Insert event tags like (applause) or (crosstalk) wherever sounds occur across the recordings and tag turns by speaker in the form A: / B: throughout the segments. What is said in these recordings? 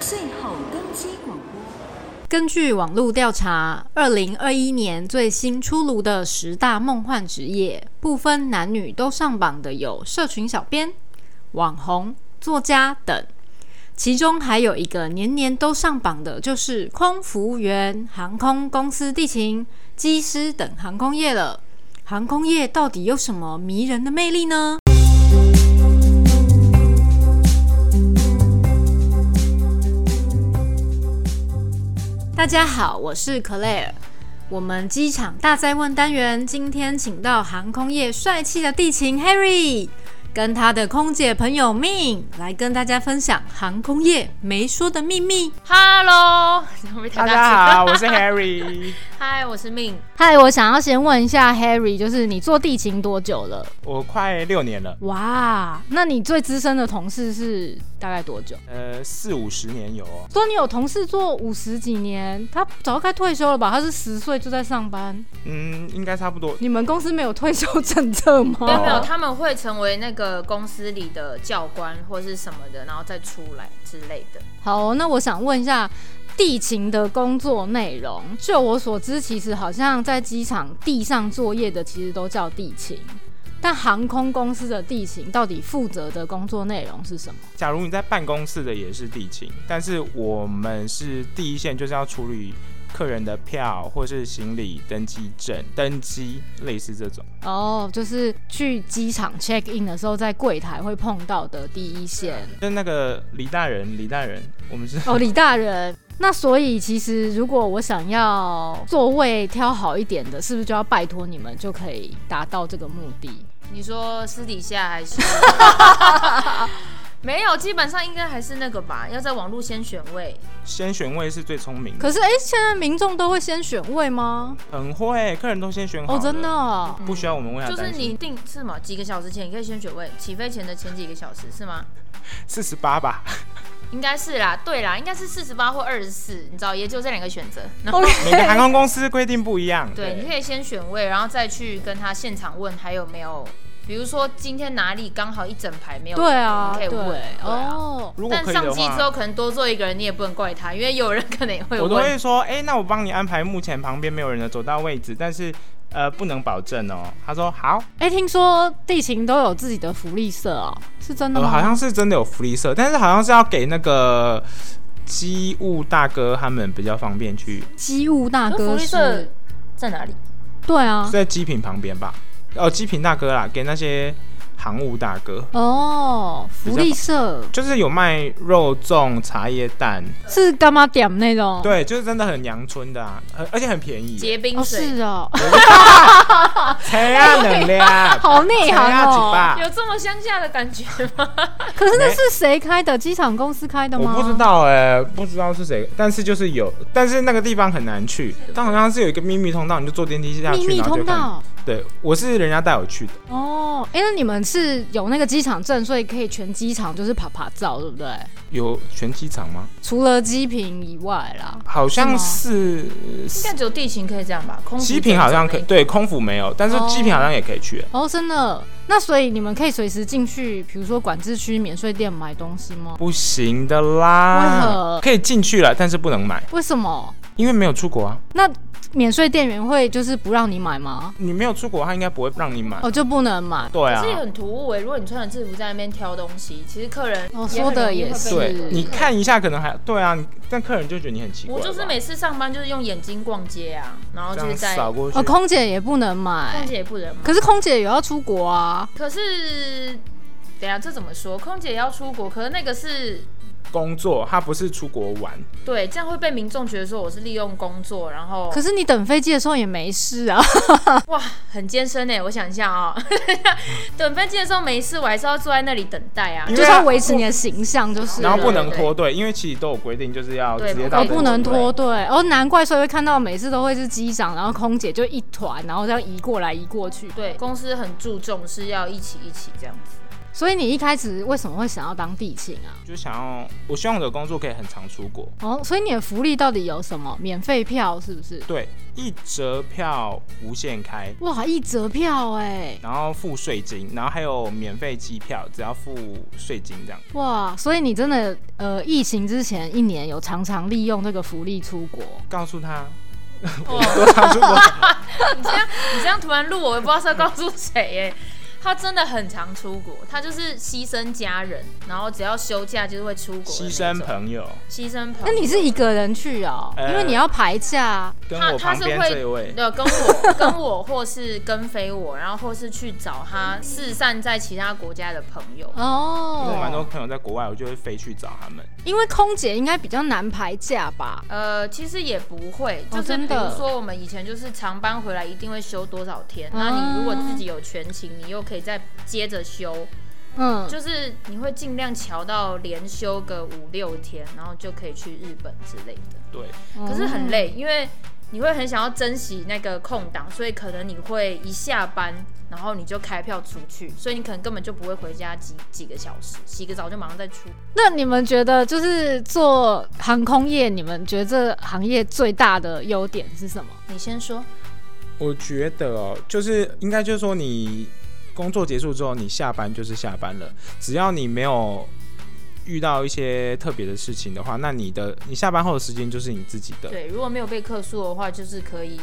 A: 最后更新广播。
B: 根据网络调查，二零二一年最新出炉的十大梦幻职业，不分男女都上榜的有社群小编、网红、作家等。其中还有一个年年都上榜的，就是空服务员、航空公司地勤、机师等航空业了。航空业到底有什么迷人的魅力呢？大家好，我是 Claire。我们机场大灾问单元今天请到航空业帅气的地勤 Harry，跟他的空姐朋友 Min 来跟大家分享航空业没说的秘密。
C: Hello，
D: 大家好，我
C: (laughs)
D: 是 Harry。
C: 嗨，我是命。
B: 嗨，我想要先问一下 Harry，就是你做地勤多久了？
D: 我快六年了，
B: 哇，那你最资深的同事是大概多久？
D: 呃，四五十年有哦。
B: 说你有同事做五十几年，他早就该退休了吧？他是十岁就在上班，
D: 嗯，应该差不多。
B: 你们公司没有退休政策吗？
C: 没有没有，他们会成为那个公司里的教官或是什么的，然后再出来之类的。
B: 好，那我想问一下地勤的工作内容。就我所知，其实好像在机场地上作业的，其实都叫地勤。但航空公司的地勤到底负责的工作内容是什么？
D: 假如你在办公室的也是地勤，但是我们是第一线，就是要处理客人的票或是行李登机证、登机，类似这种。
B: 哦，就是去机场 check in 的时候，在柜台会碰到的第一线。
D: 跟那个李大人，李大人，我们是
B: 哦，李大人。那所以其实如果我想要座位挑好一点的，是不是就要拜托你们就可以达到这个目的？
C: 你说私底下还
B: (laughs)
C: 是？没有，基本上应该还是那个吧，要在网络先选位。
D: 先选位是最聪明的，
B: 可是哎、诶现在民众都会先选位吗？
D: 很会，客人都先选好
B: 哦，
D: 了
B: 真的、哦，
D: 不需要我们为他
C: 就是
D: 担
C: 你
D: 心。
C: 定是吗？几个小时前你可以先选位，起飞前的前几个小时是吗？
D: 四十八吧，
C: 应该是啦，对啦，应该是四十八或二十四，你知道，也就这两
B: (laughs)
C: 个选择。然
B: 哦
C: 后
D: 每个航空公司规定不一样。
C: 对，你可以先选位，然后再去跟他现场问还有没有，比如说今天哪里刚好一整排没有人，
B: 对啊，
C: 你可以问。
B: 对
C: 对啊。
B: 哦，
D: 如果
C: 但
D: 可以
C: 上
D: 的
C: 机
D: 话，
C: 之后可能多做一个人，你也不能怪他，因为有人可能也会
D: 我都
C: 问。
D: 会说，哎、那我帮你安排目前旁边没有人的走道位置，但是呃不能保证哦。他说好，
B: 哎、听说地勤都有自己的福利社哦，是真的
D: 呃
B: 吗？
D: 好像是真的有福利社，但是好像是要给那个机务大哥他们比较方便去，
B: 机务大
C: 啊福
B: 哥
C: 利社
B: 是，
C: 在哪里？
B: 对啊
D: 是，在机坪旁边吧？哦，机坪大哥啦，给那些航务大哥，
B: 哦，福利社
D: 就是有卖肉粽、茶叶蛋，
B: 是干嘛点那种？
D: 对，就是真的很阳春的、啊，很而且很便宜，
C: 结冰
B: 哦，
C: 水、
B: 是哦，，
D: (laughs) 才啊能量
B: (laughs) 好内
D: 才
B: 行
D: 啊几
B: 哦。
D: 把
C: 有这么乡下的感觉吗？
B: 可是那是谁开的？机场公司开的
D: 我
B: 吗？
D: 不知。道哎、不知道是谁，但是就是有，但是那个地方很难去，它好像是有一个秘密通道，你就坐电梯下去，
B: 秘密
D: 然后
B: 通
D: 就看
B: 道
D: 对，我是人家带我去的，
B: 哦，哎、那你们是有那个机场证，所以可以全机场就是爬爬照，对不对？
D: 有全机场吗？
B: 除了机坪以外啦，
D: 好像是
C: 应该只有地勤可以这样吧？空服
D: 机坪好像可
C: 正常的
D: 对，空服没有，但是
B: 哦
D: 机坪好像也可以去、
B: 哦，真的。那所以你们可以随时进去，比如说管制区免税店买东西吗？
D: 不行的
B: 为
D: 啦
B: 何，
D: 可以进去了，但是不能买，
B: 为什么？
D: 因为没有出国啊，
B: 那免税店员会就是不让你买吗？
D: 你没有出国，他应该不会让你买，
B: 哦，就不能买。
D: 对啊
C: 可是。也很突兀哎、如果你穿着制服在那边挑东西，其实客人
B: 哦
C: 也很
B: 说的
C: 容易
B: 也
C: 会被
B: 是
D: 对
C: 认为，
D: 你看一下可能还对啊，你但客人就觉得你很奇怪吧。
C: 我就是每次上班就是用眼睛逛街啊，然后
D: 这
C: 就是
D: 样
C: 在
D: 扫
C: 逛
D: 过去
B: 哦，，空姐也不能买。
C: 街也不能买。
B: 可是空姐也要出国啊。
C: 可是，等一下这怎么说？空姐也要出国，可是那个是
D: 工作，他不是出国玩，
C: 对，这样会被民众觉得说我是利用工作，然
D: 哦
C: 后
B: 可是你等飞机的时候也没事啊。
C: 哇，很艰深哎。我想一下啊、 (laughs) 等飞机的时候没事，我还是要坐在那里等待啊
D: 因。
B: 就
D: 为
B: 是要维持你的形象，就是
D: 然后不能
C: 对
D: 脱队，因为其实都有规定，就是要
C: 对
D: 直接
C: 不
B: 哦
D: 到
C: 可以
D: 登
B: 不能
D: 机
B: 脱
D: 门。
B: 队哦，难怪，所以会看到每次都会是机长，然后空姐就一团，然后这样移过来移过去。
C: 对，公司很注重是要一起一起这样子。
B: 所以你一开始为什么会想要当地勤啊？
D: 就想要我希望我的工作可以很常出国。
B: 哦，所以你的福利到底有什么？免费票是不是？
D: 对，一折票无限开，
B: 哇，一折票哎、
D: 然后付税金，然后还有免费机票，只要付税金这样。
B: 哇，所以你真的呃，疫情之前一年有常常利用这个福利出国，
D: 告诉他，
C: 哦，
D: 多常出国。
C: 你这样突然录我，也不知道是要告诉谁哎。他真的很常出国，他就是牺牲家人，然后只要休假就是会出国的那
D: 牺
C: 种，
D: 牲朋
C: (laughs)
D: 友，
C: 牺牲朋
B: 那
C: 友。
B: 你是一个人去哦、
D: 呃
B: 因为你要排假啊。
D: 跟
C: 他
D: 我
C: 他
D: 旁
C: 是
D: 边
C: 会
D: 这一位，
C: 呃
B: (laughs)
C: 跟我跟我或是跟飞我，然后或是去找他四散在其他国家的朋友。
D: 因为我蛮多
B: 哦，
D: 朋友在国外，我就会飞去找他们。
B: 因为空姐应该比较难排假吧？
C: 呃，其实也不会，
B: 哦
C: 就是比
B: 真的
C: 如说我们以前就是长班回来一定会休多少天，
B: 哦
C: 那你如果自己有全勤，你又可以再接着休，
B: 嗯，
C: 就是你会尽量调到连休个五六天，然后就可以去日本之类的。
D: 对，
C: 可是很累，因为你会很想要珍惜那个空档，所以可能你会一下班，然后你就开票出去，所以你可能根本就不会回家几几个小时，洗个澡就马上再出。
B: 那你们觉得就是做航空业，你们觉得这行业最大的优点是什么？
C: 你先说，
D: 我觉得哦，就是应该就是说你工作结束之后，你下班就是下班了，只要你没有。遇到一些特别的事情的话，那你的你下班后的时间就是你自己的，
C: 对，如果没有被客诉的话，就是可以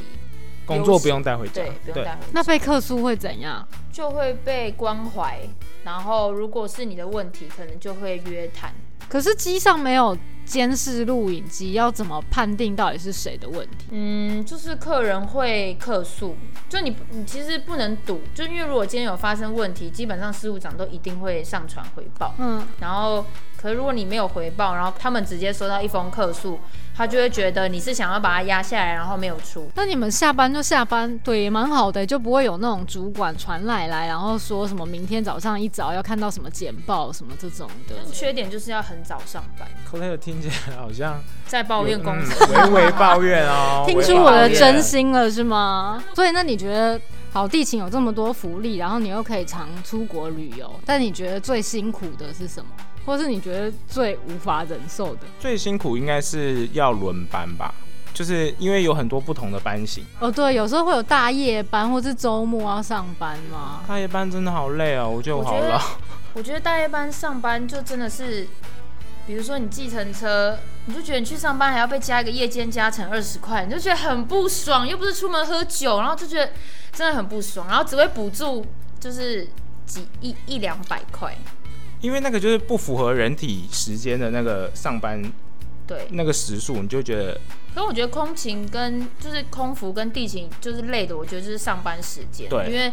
D: 工作不用带回家
C: 对，，不用带回去，
B: 那被客诉会怎样？
C: 就会被关怀。然后如果是你的问题，可能就会约谈。
B: 可是机上没有监视录影机，要怎么判定到底是谁的问题？
C: 嗯，就是客人会客诉，就你你其实不能赌，就因为如果今天有发生问题，基本上事务长都一定会上传回报。
B: 嗯，
C: 然后，可是如果你没有回报，然后他们直接收到一封客诉，他就会觉得你是想要把它压下来，然后没有出。
B: 那你们下班就下班，对，也蛮好的、就不会有那种主管传来来，然后说什么明天早上一早要看到什么简报什么这种的。
C: 缺点就是要很早上班，
D: Claire 听起来好像
C: 再抱怨工作。
D: 作，微微抱怨哦。
C: (laughs)
B: 听
D: 微
B: 出
D: 微
B: 我的
D: 抱怨
B: 真心了是吗？所以那你觉得好地勤有这么多福利，然后你又可以常出国旅游，但你觉得最辛苦的是什么？或是你觉得最无法忍受的？
D: 最辛苦应该是要轮班吧，就是因为有很多不同的班型，
B: 哦，对，有时候会有大夜班或是周末要上班嘛。
D: 大啊夜班真的好累哦，我觉得我好
C: 我觉得
D: 老。 (laughs)
C: 我觉得大夜班上班就真的是，比如说你计程车，你就觉得你去上班还要被加一个夜间加成二十块，你就觉得很不爽，又不是出门喝酒，然后就觉得真的很不爽，然后只会补助就是几一一两百块，
D: 因为那个就是不符合人体时间的那个上班
C: 对。
D: 那个时数，你就觉得
C: 可我觉得空勤跟就是空服跟地勤就是累的，我觉得就是上班时间。
D: 对
C: 因为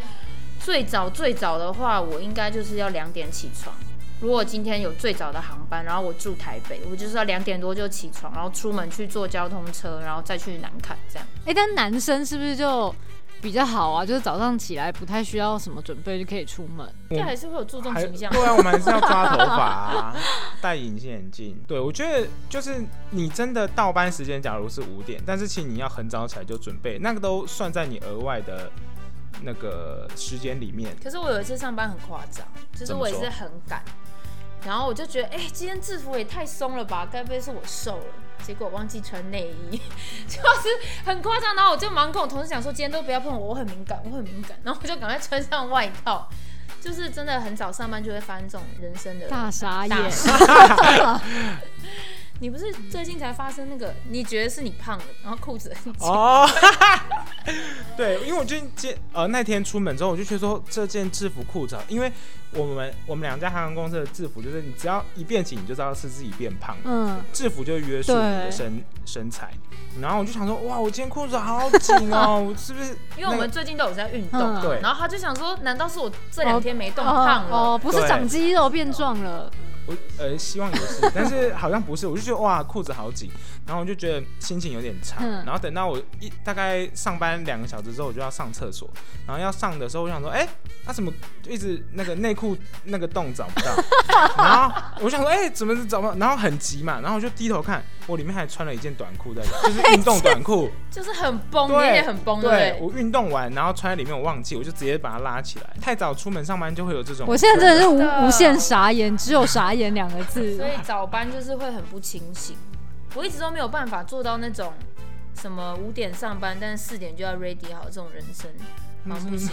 C: 最早最早的话，我应该就是要两点起床。如果今天有最早的航班，然后我住台北，我就是要两点多就起床，然后出门去坐交通车，然后再去南坎这样。
B: 哎、但男生是不是就比较好啊？就是早上起来不太需要什么准备就可以出门。
D: 嗯
C: 这还是会有注重
D: 还
C: 形象。
D: 对啊，我们还是要抓头发、啊，戴隐形眼镜。对，我觉得就是你真的到班时间，假如是五点，但是其实你要很早起来就准备，那个都算在你额外的那个时间里面。
C: 可是我有一次上班很夸张，就是我也是很赶，然后我就觉得，哎、今天制服也太松了吧，该不会是我瘦了？结果我忘记穿内衣， (laughs) 就是很夸张。然后我就忙跟我同事讲说，今天都不要碰我，我很敏感，我很敏感。然后我就赶快穿上外套，就是真的很早上班就会发生这种人生的
B: 大傻眼
C: 大！
B: (laughs)
C: (laughs) 你不是最近才发生那个？你觉得是你胖了，然后裤子很紧，
D: 哦， (laughs) 对，因为我最近接呃那天出门之后，我就觉得说这件制服裤子啊，因为我们我们两家航空公司的制服，就是你只要一变紧，你就知道是自己变胖。
B: 嗯，
D: 制服就约束你的
B: 对
D: 身身材，然后我就想说，哇，我今天裤子好紧
C: (laughs)
D: 哦，我是不是？
C: 因为我们最近都有在运动。
B: 嗯
D: 对
C: 然后他就想说，难道是我这两天没动胖了？
B: 哦，哦不是
D: 对
B: 长肌肉变壮了。
D: 那个我呃希望也
C: (laughs)
D: 是，但是好像不是，我就觉得哇裤子好紧，然后我就觉得心情有点差，
B: 嗯
D: 然后等到我一大概上班两个小时之后，我就要上厕所，然后要上的时候，我想说，哎、他、怎么一直那个内裤那个洞找不到？
C: (laughs)
D: 然后我想说，哎、怎么找不到？然后很急嘛，然后我就低头看，我里面还穿了一件短裤在里面，就是运动短
C: (laughs)
D: 裤。
C: 哎就是很崩，你
D: 对，
C: 也很崩，对不
D: 对
C: 对？
D: 我运动完，然后穿在里面，我忘记，我就直接把它拉起来。太早出门上班就会有这种。
B: 我现在真的是
C: 真的
B: 无无限傻眼，只有傻眼两个字
C: 所。以早班就是会很不清醒。我一直都没有办法做到那种什么五点上班，但是四点就要 ready 好这种人生，好像不行。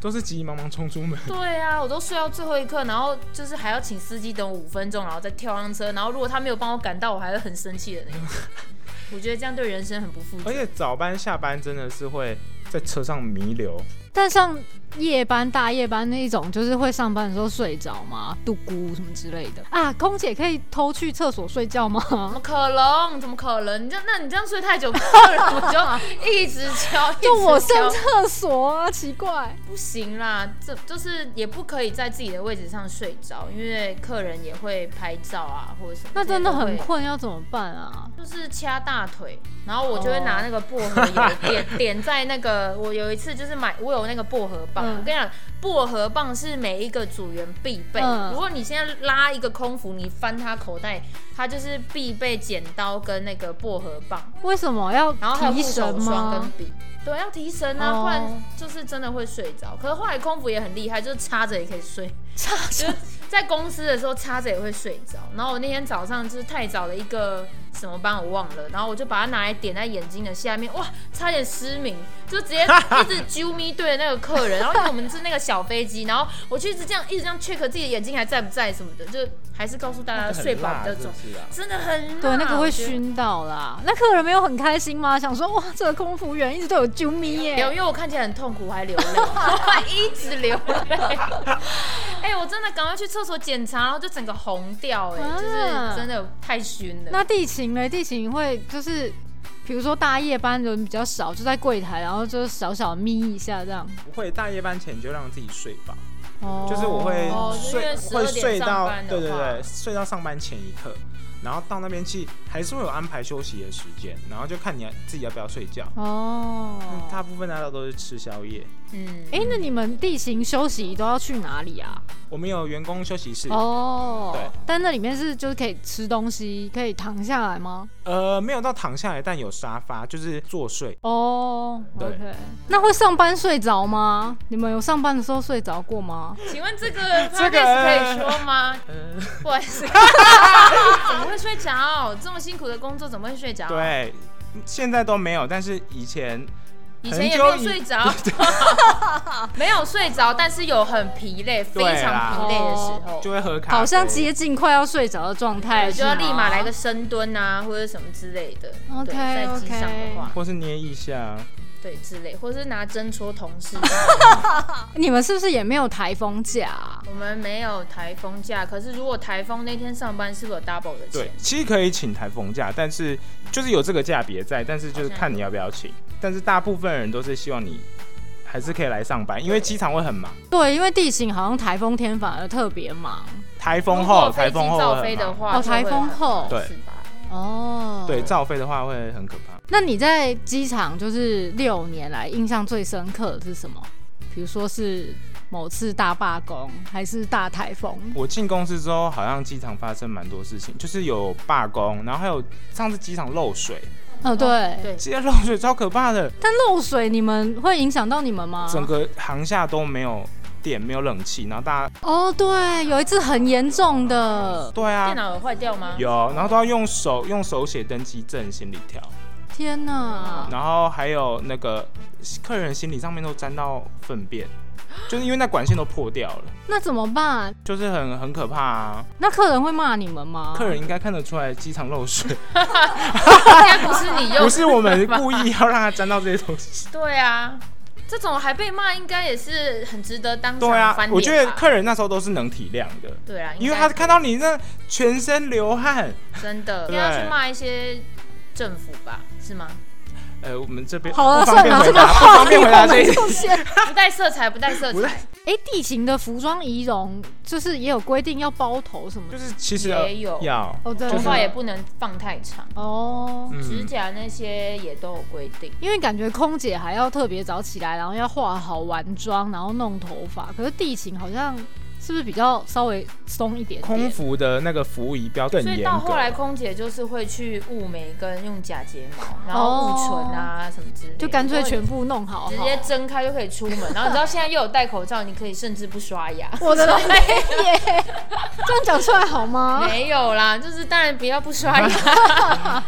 D: 都是急急忙忙冲出门。
C: 对啊，我都睡到最后一刻，然后就是还要请司机等我五分钟，然后再跳上车。然后如果他没有帮我赶到，我还会很生气的那种。我觉得这样对人生很不负责
D: 而。且早班下班真的是会在车上弥留，
B: 但像夜班、大夜班那一种，就是会上班的时候睡着嘛，度咕什么之类的啊。空姐可以偷去厕所睡觉
C: 怎
B: 吗？
C: (laughs) 么可能？怎么可能？你这样那你这样睡太久，客人我就一直敲，一直
B: 就我
C: 敲
B: 上厕所啊，奇怪。
C: 不行啦，这就是也不可以在自己的位置上睡着，因为客人也会拍照啊，或者什么。
B: 那真的很
C: 快，
B: 困，要怎么办啊？
C: 就是掐大腿，然后我就会拿那个薄荷油 (laughs) 点、点在那个。我有一次就是买，我有那个薄荷棒。
B: 嗯
C: 我跟你讲，薄荷棒是每一个组员必备。
B: 嗯
C: 如果你现在拉一个空服，你翻他口袋，他就是必备剪刀跟那个薄荷棒，
B: 为什么要
C: 然后还有护
B: 提神
C: 手霜跟
B: 吗？
C: 笔。对，要提神啊，
B: 哦
C: 不然就是真的会睡着。可是后来空服也很厉害，就是插着也可以睡。
B: 插
C: 就
B: 着
C: (laughs) 是在公司的时候插着也会睡着。然后我那天早上就是太早了一个什么班我忘了，然后我就把它拿来点在眼睛的下面，哇，差点失明，就直接一直啾咪对着那个客人。然后因为我们是那个小飞机，然后我就一直这样一直这样 check 自己的眼睛还在不在什么的，就还是告诉大家呃睡饱比较
D: 那
C: 重
D: 个很辣是不是啊。
C: 真的很
B: 对，
C: 辣
B: 那个会。
C: 我觉得
B: 熏到啦。那客人没有很开心吗？想说哇，这个空服员一直对我啾咪
C: 没有，
B: 耶。
C: 因为我看起来很痛苦，我还流泪，我还 (laughs) 一直流泪。 (laughs) 哎、我真的赶快去厕所检查，然后就整个红掉、哎、
B: 啊
C: 就是真的太熏了。
B: 那地勤嘞？地勤会就是，比如说大夜班人比较少，就在柜台，然后就小小眯一下这样。
D: 不会大夜班前就让自己睡饱，
B: 哦
D: 就是我会
C: 哦就是因
D: 睡
C: 为12
D: 会睡到
C: 点上班的
D: 对
C: 话
D: 对对，睡到上班前一刻，然后到那边去还是会有安排休息的时间，然后就看你自己要不要睡觉。
B: 哦。
D: 大部分大家都是吃宵夜，
C: 嗯，
B: 哎、那你们地勤休息都要去哪里啊？
D: 我们有员工休息室，
B: 哦
D: 对，
B: 但那里面是就是可以吃东西，可以躺下来吗？
D: 呃，没有到躺下来，但有沙发，就是坐睡。
B: 哦、
D: 对
B: o k 那会上班睡着吗？你们有上班的时候睡着过吗？
C: 请问这个
D: (laughs) 这个
C: podcast 可以说吗？
D: 嗯，
C: (laughs) 不好
D: (laughs)
C: 意思，怎么会睡着？这么辛苦的工作怎么会睡着？，
D: 对，现在都没有，但是以前
C: 以前也没有
D: 很久以
C: 睡着， (laughs) 没有睡着，但是有很疲累，非
D: 对啦哦
C: 常疲累的时候，
D: 就会喝咖啡，
B: 好像接近快要睡着的状态，
C: 对就要
B: 是吗
C: 立马来个深蹲啊，或者什么之类的。
B: OK，
C: 对在机上的话，
D: 或是捏一下，
C: 对之类，或是拿针戳同
B: (laughs)
C: 事。
B: 你们是不是也没有台风假啊、
C: 我们没有台风假，可是如果台风那天上班，是不是有 double 的
D: 对
C: 钱？，
D: 其实可以请台风假，但是就是有这个价别在，但是就是看你要不要请。但是大部分人都是希望你还是可以来上班，因为机场会很忙，
B: 对，因为地形好像台风天反而特别忙。
D: 台
C: 如
D: 风
C: 果
D: 后
C: 飞
D: 台
C: 机
D: 风后会
C: 照
D: 很
C: 飞的
D: 忙
C: 话，
B: 哦台风后
D: 对
C: 是吧？
B: 哦，
D: 对，照飞的话会很可怕。
B: 那你在机场就是六年来印象最深刻的是什么？比如说是某次大罢工，还是大台风？
D: 我进公司之后，好像机场发生蛮多事情，就是有罢工，然后还有上次机场漏水，
B: 哦，对。
C: 对，
D: 这些漏水超可怕的，
B: 但漏水你们会影响到你们吗？
D: 整个航下都没有电，没有冷气，然后大家
B: 哦，对，有一次很严重的，
D: 对啊
C: 电，脑有坏掉吗？ (laughs)
D: 有，然后都要用手用手写登记证先理条。
B: 天哪！
D: 然后还有那个客人行李上面都沾到粪便，就是因为那管线都破掉了，
B: 那怎么办？
D: 就是很很可怕啊。
B: 那客人会骂你们吗？
D: 客人应该看得出来机场漏水，
C: 应该不是你用，
D: 不是我们故意要让他沾到这些东西。
C: (laughs) 对啊，这种还被骂，应该也是很值得当场
D: 对啊
C: 翻脸吧，
D: 我觉得客人那时候都是能体谅的，
C: 对啊，
D: 因为
C: 应
D: 他
C: 该
D: 看到你那全身流汗。
C: 真的应
D: 对
C: 该要去骂一些政府吧，是吗？
D: 呃，我们这边
B: 好了
D: 不方
B: 算
D: 便
B: 了
D: 回
B: 这个
D: 答，不方便回答这一
B: 出现。
C: 不带色彩，不带
D: (laughs)
C: 色
D: 不
C: 彩
D: 带，
B: 哎，地形的服装仪容就是也有规定要包头什么的
D: 就是其实
C: 也有
D: 要，
B: 哦，对，
C: 头发
B: 对
C: 也不能放太长，
B: 哦，
D: 嗯
C: 指甲那些也都有规定。
B: 因为感觉空姐还要特别早起来，然后要化好完妆，然后弄头发。可是地勤好像是不是比较稍微松一点点
D: 空服的那个服务仪标更
C: 所以
D: 严
C: 到后来，
D: 格，
C: 空姐就是会去雾眉跟用假睫毛，然后雾唇啊、什么之类的，
B: 哦就干脆全
C: 部
B: 部弄好好，
C: 直接睁开就可以出门。然后你知道现在又有戴口罩，你可以甚至不刷
B: (laughs)
C: 牙。
B: 我的老天爷，这样讲出来好吗？
C: 没有啦，就是当然不要不刷牙。
B: (laughs)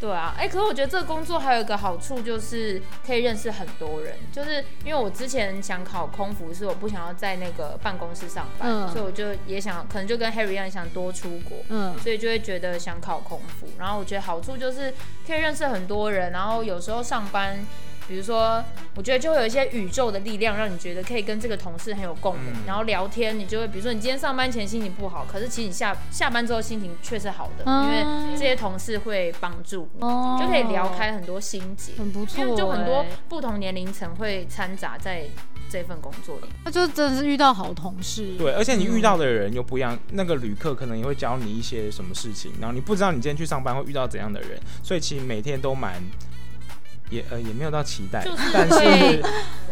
C: 对啊，哎、可是我觉得这个工作还有一个好处，就是可以认识很多人。就是因为我之前想考空服，是我不想要在那个办公室上班，
B: 嗯
C: 所以我就也想，可能就跟 Harry 一样，想多出国。
B: 嗯，
C: 所以就会觉得想考空服。然后我觉得好处就是可以认识很多人，然后有时候上班，比如说，我觉得就会有一些宇宙的力量，让你觉得可以跟这个同事很有共鸣，
D: 嗯
C: 然后聊天，你就会，比如说你今天上班前心情不好，可是其实你下下班之后心情却是好的，因
B: 嗯
C: 为这些同事会帮助你，
B: 哦
C: 就可以聊开很多心结。
B: 很不错、
C: 因
B: 欸，
C: 为就很多不同年龄层会掺杂在这份工作里，
B: 那就真的是遇到好同事。
D: 对，而且你遇到的人又不一样，那个旅客可能也会教你一些什么事情，然后你不知道你今天去上班会遇到怎样的人，所以其实每天都蛮。也呃也没有到期待，
C: 就是
D: 但
C: 会
D: 是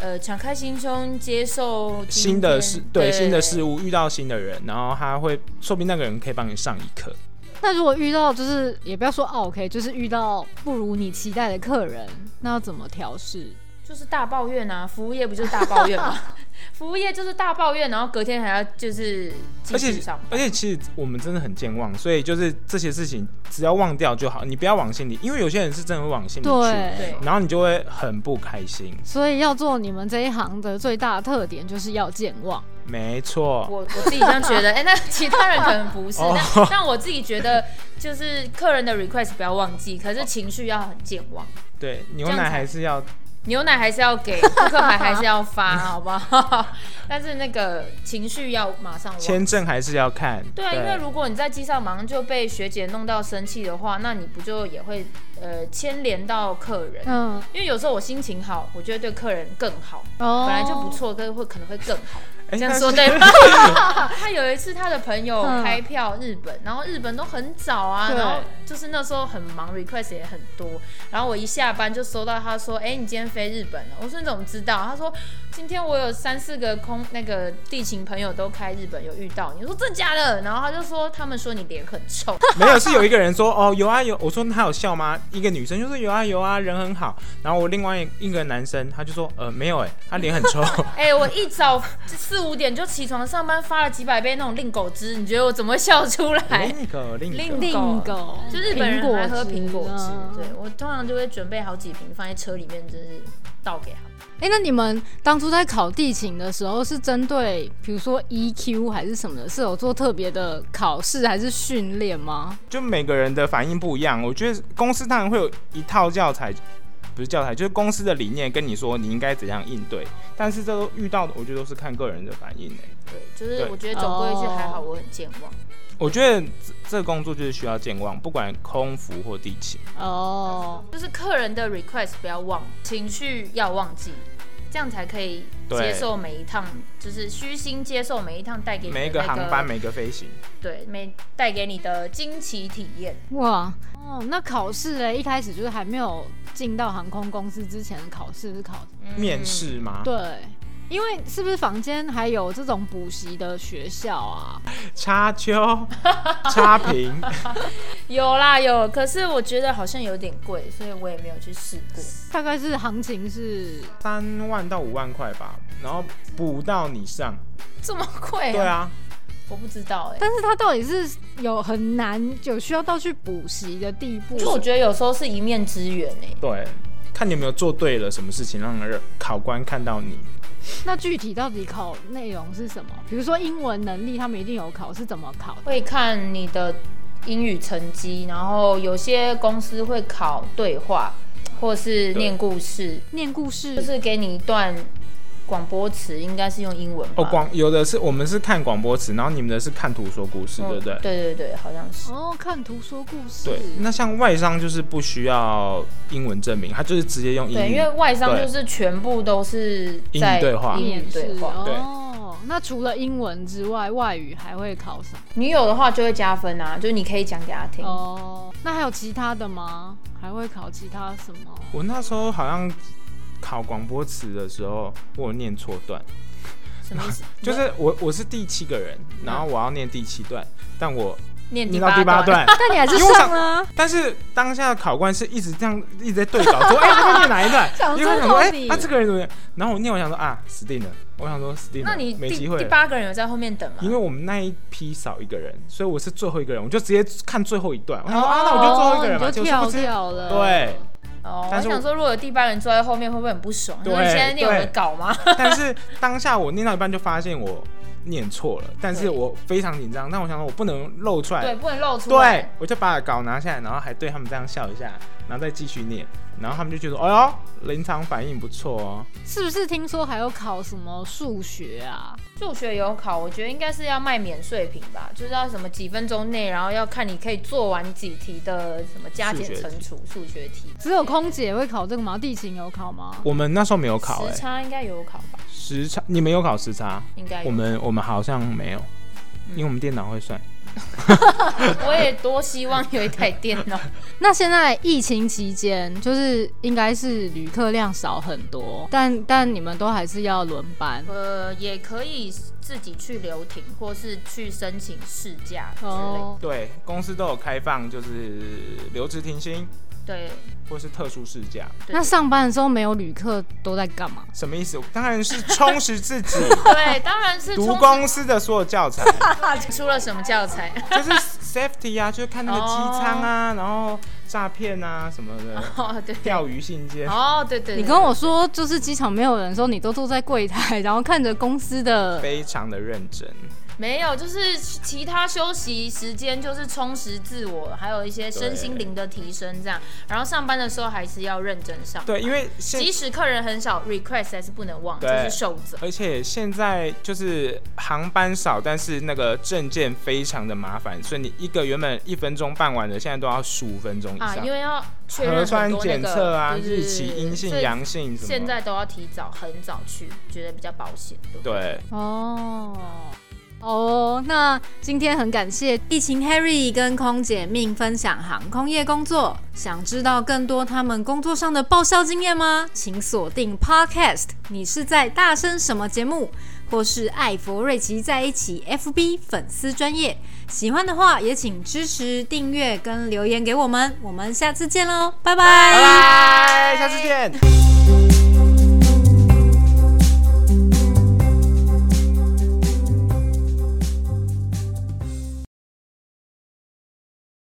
C: 呃敞开心胸接受今
D: 新的
C: 天
D: 事对新的事物遇到新的人，然后他会说不定那个人可以帮你上一课，
B: 那如果遇到就是也不要说啊 OK，就是遇到不如你期待的客人，那要怎么调试？
C: 就是大抱怨啊，服务业不就是大抱怨吗？ (laughs) 服务业就是大抱怨，然后隔天还要就是继
D: 而
C: 续
D: 且
C: 上班。
D: 而且其实我们真的很健忘，所以就是这些事情只要忘掉就好，你不要往心里，因为有些人是真的会往心里去，
B: 对。
C: 对，
D: 然后你就会很不开心。
B: 所以要做你们这一行的最大特点，就是要健忘。
D: 没错，
C: 我我自己这样觉得，哎、那其他人可能不是，
D: 哦
C: 但但我自己觉得就是客人的 request 不要忘记，可是情绪要很健忘，
D: 对，牛
C: 这样
D: 奶
C: 才
D: 还是要
C: 牛奶还是要给，扑克牌还是要
D: (laughs)
C: 发，好不好？ (laughs) 但是那个情绪要马上忘记
D: 签证还是要看，
C: 对啊，因为如果你在机上马上就被学姐弄到生气的话，那你不就也会呃牵连到客人？
B: 嗯，
C: 因为有时候我心情好，我就会对客人更好，
B: 哦，
C: 本来就不。错，但会可能会更好。
D: 哎
C: 这样
D: 但
C: 说
D: 是 (laughs)
C: 对吧？ (laughs) 他有一次他的朋友
B: 嗯
C: 开票日本，然后日本都很早啊，
B: 对
C: 然后就是那时候很忙，request 也很多。然后我一下班就收到他说：“哎、你今天飞日本了？”我说：“你怎么知道？”他说：“今天我有三四个空那个地勤朋友都开日本，有遇到你。”我说：“真假的？”然后他就说：“他们说你脸很臭。
D: 没有，是有一个人说哦有啊有，我说他有笑吗？一个女生就说有啊有啊，人很好。然后我另外一个男生他就说呃没有哎、他脸很臭。”
C: 哎、我一早四五点就起床上班，发了几百杯那种令狗汁，你觉得我怎么会笑出来？
D: 另一个另一
C: 另
D: 个，
B: 令狗，
C: (laughs) 就日本人爱喝苹果汁嗯
B: 啊，
C: 对我通常就会准备好几瓶放在车里面，就是倒给他们。
B: 哎、那你们当初在考地勤的时候，是针对比如说 EQ 还是什么的，是有做特别的考试还是训练吗？
D: 就每个人的反应不一样。我觉得公司当然会有一套教材，不是教材，就是公司的理念跟你说你应该怎样应对。但是这都遇到的，我觉得都是看个人的反应、欸、
C: 对，哦就是
D: 对
C: 我觉得总归一句还好，我很健忘。
D: 我觉得这这个工作就是需要健忘，不管空服或地勤。
B: 哦，
C: 就是客人的 request 不要忘，情绪要忘记，这样才可以
D: 对
C: 接受每一趟，就是虚心接受每一趟带给你的
D: 每一
C: 那
D: 个
C: 个
D: 航班，每个飞行，
C: 对每带给你的惊奇体验。
B: 哇，哦，那考试嘞，一开始就是还没有进到航空公司之前的考试是考
C: 嗯
D: 面试吗？
B: 对，因为是不是房间还有这种补习的学校啊？
D: 插
C: (laughs)
D: 秋、插屏，
C: 有啦有，可是我觉得好像有点贵，所以我也没有去试过。
B: 大概是行情是
D: 三万到五万块吧，然后补到你上。
C: 这么贵、
D: 对，啊，
C: 我不知道哎、
B: 但是它到底是有很难，有需要到去补习的地步。
C: 就我觉得有时候是一面之缘哎、
D: 对，看你有没有做对了什么事情，让人考官看到你。
B: 那具体到底考内容是什么？比如说英文能力，他们一定有考，是怎么考的？
C: 会看你的英语成绩，然后有些公司会考对话，或是念故事，
B: 念故事，
C: 就是给你一段广播词，应该是用英文吧
D: 哦，广有的是我们是看广播词，然后你们的是看图说故事，
C: 嗯
D: 对不对？
C: 对对对，好像是。
B: 哦，看图说故事。
D: 对，那像外商就是不需要英文证明，他就是直接用英
C: 对，因
D: 语
C: 为。外商
D: 对
C: 就是全部都是
D: 英
C: 在
D: 语对话
C: 英语
B: 面试
C: 对话。
D: 对
B: 哦。
E: 那除了英文之外，外语还会考什么？
C: 女友的话就会加分啊，就是你可以讲给他听。
E: 哦，那还有其他的吗？还会考其他什么？
D: 我那时候好像考广播词的时候，我有念错段，
C: 什么意思？
D: 就是我我是第七个人，然后我要念第七段，但我
C: 念
D: 念到第八
C: 八段，
D: 段， (laughs)
E: 但你还是
D: 因为我想
E: 上啊，
D: 但是当下的考官是一直这样一直在对稿，说哎、他在念哪一段？
E: 想
D: 因为我
E: 说
D: 想说哎
E: 到，底
D: 他、这个人怎么样？然后我念，我想说啊，死定了！我想说死定了，
C: 那你
D: 没
C: 第
D: 机会
C: 第
D: 了。
C: 八个人有在后面等吗？
D: 因为我们那一批少一个人，所以我是最后一个人，我就直接看最后一段。我想说、啊，那我就最后一个人
B: 哦
D: 嘛，
E: 你就
D: 结果
E: 跳
D: 不知
E: 掉了。，
D: 对，
C: 哦，我
D: 但是我
C: 想说，如果有第八个人坐在后面，会不会很不爽？
D: 对
C: 因为现在你有人搞吗？
D: 但是当下我念到一半就发现我念错了，但是
C: 对
D: 我非常紧张，但我想说我不能露出来，
C: 对，不能露出来。
D: 哎对，我就把稿拿下来，然后还对他们这样笑一下，然后再继续念，然后他们就觉得，哎呦，临场反应不错哦。
E: 是不是听说还有考什么数学啊？
C: 数学有考，我觉得应该是要卖免税品吧，就是要什么几分钟内，然后要看你可以做完几题的什么加减乘除数学题。
E: 只有空姐会考这个吗？地勤有考吗？
D: 我们那时候没有考、
C: 时
D: 哎，
C: 差应该有考吧？
D: 时差你们有考时差？
C: 应该有嗯
D: 我们我们好像没有，因为我们电脑会算。
C: 我也多希望有一台电
D: (laughs)
C: 脑。
E: 那现在疫情期间，就是应该是旅客量少很多，但但你们都还是要轮班。
C: 呃，也可以自己去留停，或是去申请试驾之类。
E: 哦，
D: 对，公司都有开放，就是留职停薪
C: 对，
D: 或是特殊事假。
C: 对
E: 那上班的时候没有旅客都在干嘛？
D: 什么意思？当然是充实自
C: (laughs)
D: 己，
C: 对，当然是
D: 读
C: 充
D: 公司的所有教材，
C: 出了什么教材？ (laughs)
D: 就是 safety 啊，就是看那个机舱啊，然后诈骗啊什么的，
C: 哦，对，
D: 钓鱼信件。
C: 哦，对对，对
E: 你跟我说，就是机场没有人的时候，你都坐在柜台， (laughs) 然后看着公司的。
D: 非常的认真，
C: 没有，就是其他休息时间就是充实自我，还有一些身心灵的提升这样。然后上班的时候还是要认真上，
D: 对，因为现
C: 即使客人很少，request 还是不能忘，这
D: 对
C: 是守则。
D: 而且现在就是航班少，但是那个证件非常的麻烦，所以你一个原本一分钟办完的，现在都要十五分钟以
C: 啊，
D: 上。
C: 因为要确
D: 核
C: 认很
D: 酸
C: 多那
D: 检
C: 个
D: 测啊，
C: 对对对
D: 日期阴性
C: 所以
D: 阳性什么。
C: 现在都要提早很早去，觉得比较保险。对不对，
D: 对，
E: 哦哦，那今天很感谢
B: 疫情 Harry 跟空姐命分享航空业工作，想知道更多他们工作上的爆笑经验吗？请锁定 Podcast，你是在大声什么节目，或是艾佛瑞奇在一起 FB 粉丝专业。喜欢的话也请支持订阅跟留言给我们，我们下次见喽，拜拜
D: 拜拜，下次见。